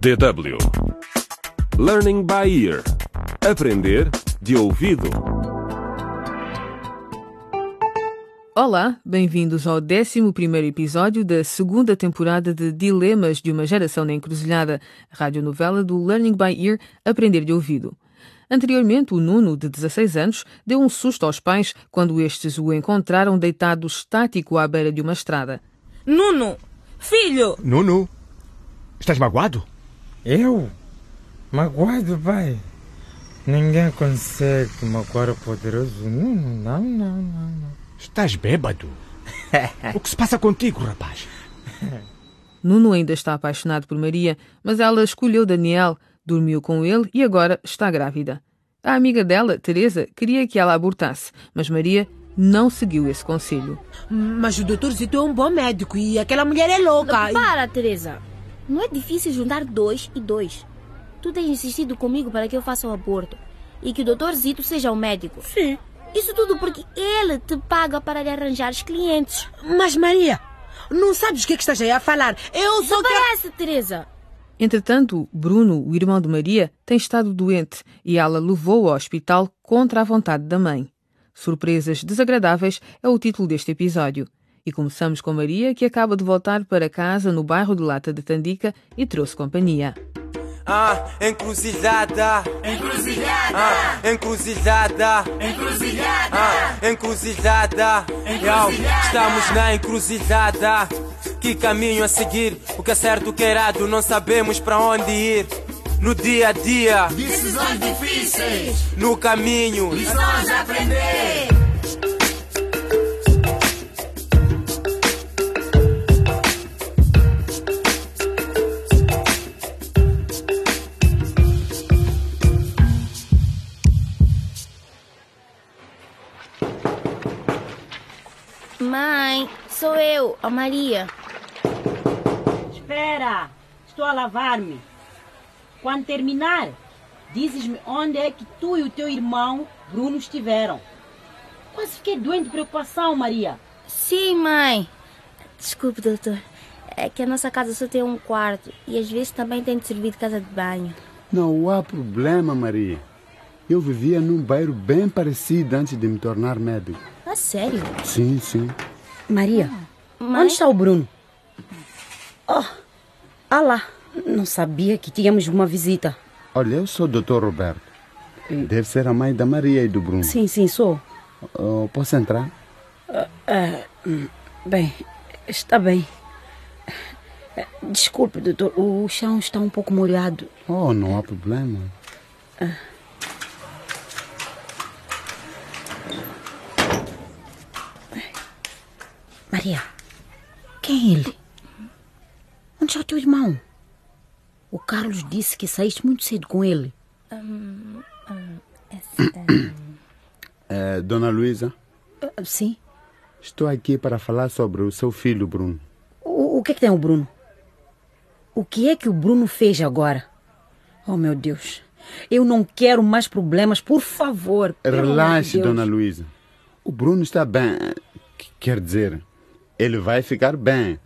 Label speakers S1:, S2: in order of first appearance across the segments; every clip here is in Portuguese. S1: DW Learning by Ear Aprender de ouvido
S2: Olá, bem-vindos ao 11 episódio da segunda temporada de Dilemas de uma Geração na Encruzilhada, radionovela do Learning by Ear Aprender de Ouvido. Anteriormente, o Nuno, de 16 anos, deu um susto aos pais quando estes o encontraram deitado estático à beira de uma estrada.
S3: Nuno! Filho!
S4: Nuno, estás magoado?
S5: Eu? Magoado, pai. Ninguém consegue magoar o poderoso. Não, não, não, não. não.
S4: Estás bêbado? O que se passa contigo, rapaz?
S2: Nuno ainda está apaixonado por Maria, mas ela escolheu Daniel, dormiu com ele e agora está grávida. A amiga dela, Teresa, queria que ela abortasse, mas Maria não seguiu esse conselho.
S6: Mas o doutor Zito é um bom médico e aquela mulher é louca. E-
S3: Para, Teresa!
S7: Não é difícil juntar dois e dois. Tu tens insistido comigo para que eu faça o aborto e que o Dr. Zito seja o médico.
S3: Sim.
S7: Isso tudo porque ele te paga para lhe arranjar os clientes.
S6: Mas Maria, não sabes o que é que estás aí a falar. Eu só quero...
S7: Parece, Teresa.
S2: Entretanto, Bruno, o irmão de Maria, tem estado doente e ela levou-o ao hospital contra a vontade da mãe. Surpresas desagradáveis é o título deste episódio. E começamos com Maria, que acaba de voltar para casa no bairro de Lata de Tandica e trouxe companhia.
S8: Ah, encruzilhada. Encruzilhada. Ah, encruzilhada. Encruzilhada. Ah, encruzilhada. Yo, estamos na encruzilhada. Que caminho a seguir? O que é certo, o que é errado? Não sabemos para onde ir. No dia a dia. Decisões difíceis. No caminho.
S7: Mãe, sou eu, a Maria.
S9: Espera, estou a lavar-me. Quando terminar, dizes-me onde é que tu e o teu irmão Bruno estiveram. Quase fiquei doente de preocupação, Maria.
S7: Sim, mãe. Desculpe, doutor. É que a nossa casa só tem um quarto e às vezes também tem de servir de casa de banho.
S10: Não há problema, Maria. Eu vivia num bairro bem parecido antes de me tornar médico.
S7: Ah, sério?
S10: Sim, sim.
S3: Maria,
S7: Mãe?
S3: onde está o Bruno? Oh, ah lá. Não sabia que tínhamos uma visita.
S10: Olha, eu sou o Dr. Roberto. Deve ser a mãe da Maria e do Bruno.
S3: Sim, sim, sou.
S10: Oh, posso entrar?
S3: Bem, está bem. Desculpe, doutor, o chão está um pouco molhado.
S10: Oh, não há problema.
S3: Maria, quem é ele? Onde está o teu irmão? O Carlos disse que saíste muito cedo com ele.
S10: Eh, dona Luísa,
S3: Ah, Sim?
S10: estou aqui para falar sobre o seu filho, Bruno.
S3: O, o que é que tem o Bruno? O que é que o Bruno fez agora? Oh, meu Deus. Eu não quero mais problemas, por favor. pelo amor de
S10: Relaxe,
S3: Deus.
S10: dona Luísa. O Bruno está bem. Qu- Quer dizer, ele vai ficar bem.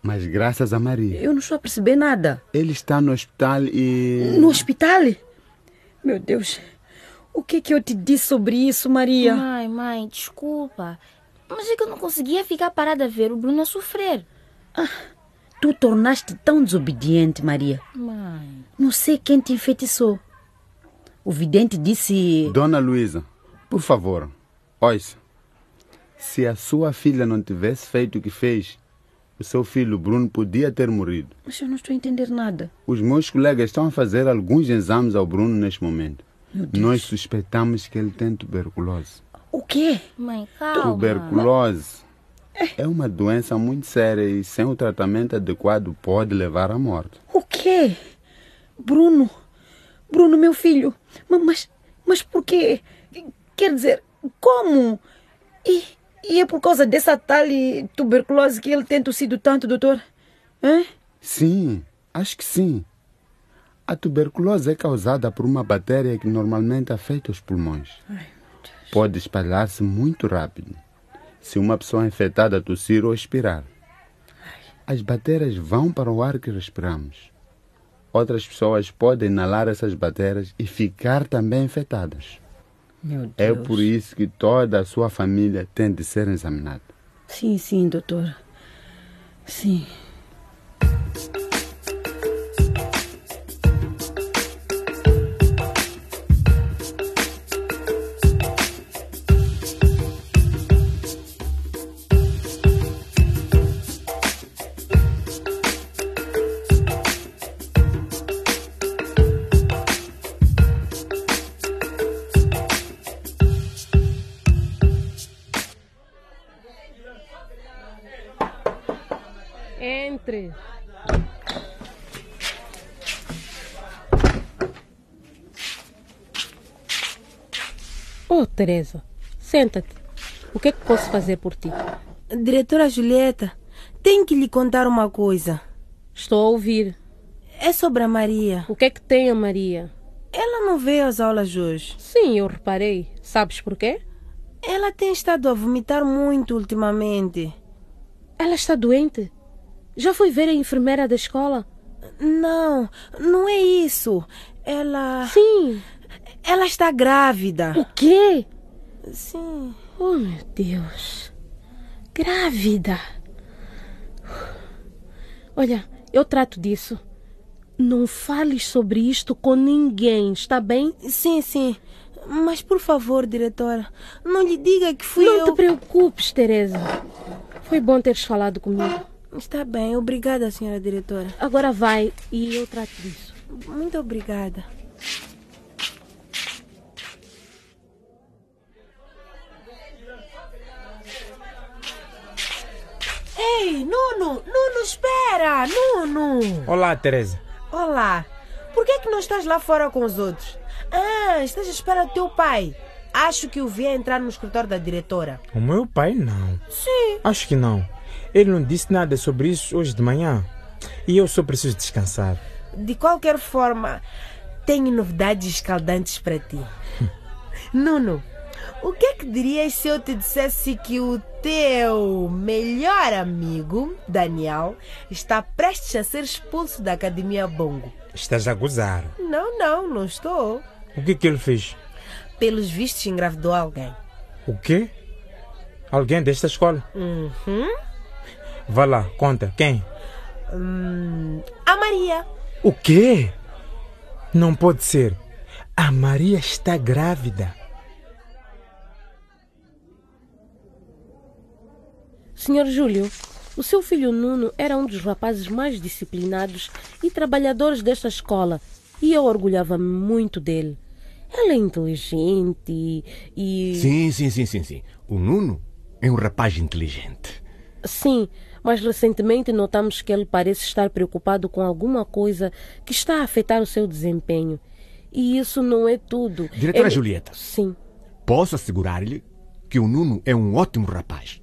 S10: Mas graças a Maria.
S3: Eu não estou a perceber nada.
S10: Ele está no hospital e.
S3: No hospital? Meu Deus. O que é que eu te disse sobre isso, Maria?
S7: Mãe, mãe, desculpa. Mas é que eu não conseguia ficar parada a ver o Bruno a sofrer.
S3: Tu tornaste tão desobediente, Maria.
S7: Mãe.
S3: Não sei quem te enfeitiçou. O vidente disse.
S10: Dona Luísa, por favor, ouça. Se a sua filha não tivesse feito o que fez, o seu filho Bruno podia ter morrido.
S3: Mas eu não estou a entender nada.
S10: Os meus colegas estão a fazer alguns exames ao Bruno neste momento. Nós suspeitamos que ele tem tuberculose.
S3: O quê?
S7: Mãe, calma.
S10: Tuberculose é uma doença muito séria e sem o tratamento adequado pode levar à morte.
S3: O quê? Bruno? Bruno, meu filho. Ma- Mas, mas por quê? Quer dizer, como? E, e é por causa dessa tal e tuberculose que ele tem tossido tanto, doutor? Hã?
S10: Sim, acho que sim. A tuberculose é causada por uma bactéria que normalmente afeta os pulmões. Pode espalhar-se muito rápido se uma pessoa infectada tossir ou expirar. As bactérias vão para o ar que respiramos. outras pessoas podem inalar essas bactérias e ficar também infectadas.
S11: Meu
S10: É
S11: Deus.
S10: por isso que toda a sua família tem de ser examinada.
S11: Sim, sim, doutor. Sim.
S7: Entre. Oh, Teresa, senta-te. O que é que posso fazer por ti?
S3: Diretora Julieta, tenho que lhe contar uma coisa.
S7: Estou a ouvir.
S3: É sobre a Maria.
S7: O que é que tem a Maria?
S3: Ela não veio às aulas hoje.
S7: Sim, eu reparei. Sabes por quê?
S3: Ela tem estado a vomitar muito ultimamente.
S7: Ela está doente? Já foi ver a enfermeira da escola?
S3: Não, não é isso. Ela.
S7: Sim.
S3: Ela está grávida.
S7: O quê?
S3: Sim.
S7: Oh, meu Deus. Grávida. Olha, eu trato disso. Não fales sobre isto com ninguém, está bem?
S3: Sim, sim. Mas por favor, diretora, não lhe diga que fui
S7: Não
S3: eu.
S7: te preocupes, Teresa. Foi bom teres falado comigo.
S3: Está bem, obrigada, senhora diretora.
S7: Agora vai e eu trato disso.
S3: Muito obrigada. Ei, Nuno! Nuno, espera! Nuno!
S5: Olá, Teresa.
S3: Olá! Por que é que não estás lá fora com os outros? Ah, estás à espera do teu pai. Acho que o vi entrar no escritório da diretora.
S5: O meu pai não.
S3: Sim.
S5: Acho que não. Ele não disse nada sobre isso hoje de manhã. E eu só preciso descansar.
S3: De qualquer forma, tenho novidades escaldantes para ti. Nuno, o que é que dirias se eu te dissesse que o teu melhor amigo, Daniel, está prestes a ser expulso da Academia Bongo?
S5: Estás a gozar.
S3: Não, não, não estou.
S5: O que que ele fez?
S3: Pelos vistos, engravidou alguém.
S5: O quê? Alguém desta escola?
S3: Uhum.
S5: Vá lá, conta. Quem?
S3: Hum, a Maria.
S5: O quê? Não pode ser. A Maria está grávida.
S7: Senhor Júlio, o seu filho Nuno era um dos rapazes mais disciplinados e trabalhadores desta escola e eu orgulhava-me muito dele. Ele é inteligente e.
S4: Sim, sim, sim, sim, sim. O Nuno é um rapaz inteligente.
S7: Sim, mas recentemente notamos que ele parece estar preocupado com alguma coisa que está a afetar o seu desempenho. E isso não é tudo.
S4: Diretora
S7: Ele-
S4: Julieta.
S7: Sim.
S4: Posso assegurar-lhe que o Nuno é um ótimo rapaz.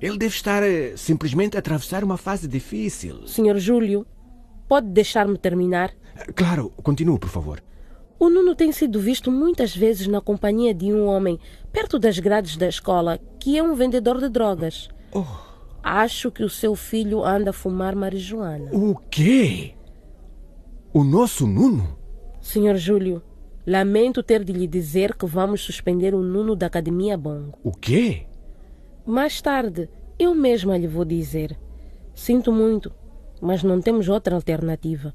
S4: Ele deve estar eh, simplesmente a atravessar uma fase difícil.
S7: Senhor Júlio, pode deixar-me terminar?
S4: Eh, Claro, continue, por favor.
S7: O Nuno tem sido visto muitas vezes na companhia de um homem perto das grades da escola, que é um vendedor de drogas. Acho que o seu filho anda a fumar marijuana.
S4: O quê? O nosso Nuno?
S7: Senhor Júlio, lamento ter de lhe dizer que vamos suspender o Nuno da Academia Bongo.
S4: O quê?
S7: Mais tarde, eu mesma lhe vou dizer. Sinto muito, mas não temos outra alternativa.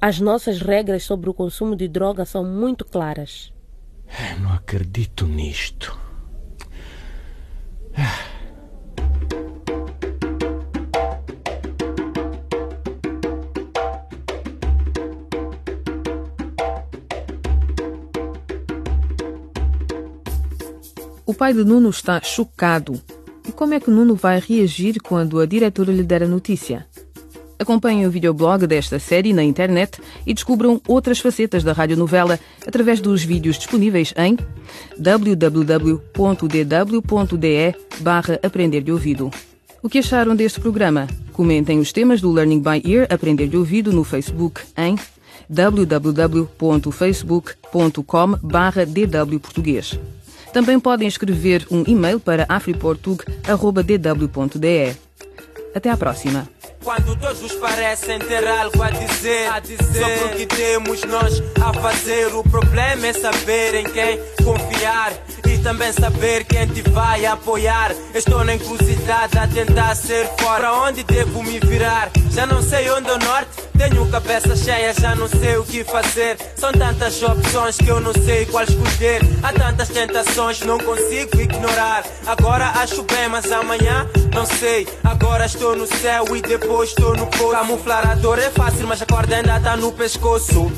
S7: As nossas regras sobre o consumo de droga são muito claras.
S4: Eu não acredito nisto.
S2: O pai de Nuno está chocado. E como é que Nuno vai reagir quando a diretora lhe der a notícia? Acompanhem o videoblog desta série na internet e descubram outras facetas da radionovela através dos vídeos disponíveis em www.dw.de barra Aprender de Ouvido. O que acharam deste programa? Comentem os temas do Learning by Ear Aprender de Ouvido no Facebook em www.facebook.com barra dwportuguês. Também podem escrever um e-mail para afriportug.dw.de. Até à próxima.
S8: Quando todos parecem ter algo a dizer, a dizer sobre o que temos nós a fazer, o problema é saber em quem confiar e também saber quem te vai apoiar. Estou na encruzilhada a tentar ser fora, pra onde devo me virar? Já não sei onde é o norte, tenho cabeça cheia, já não sei o que fazer. São tantas opções que eu não sei qual escolher. Há tantas tentações, não consigo ignorar. Agora acho bem, mas amanhã não sei. Agora estou no céu e depois estou no poço. Camuflar a dor é fácil, mas a corda ainda tá no pescoço.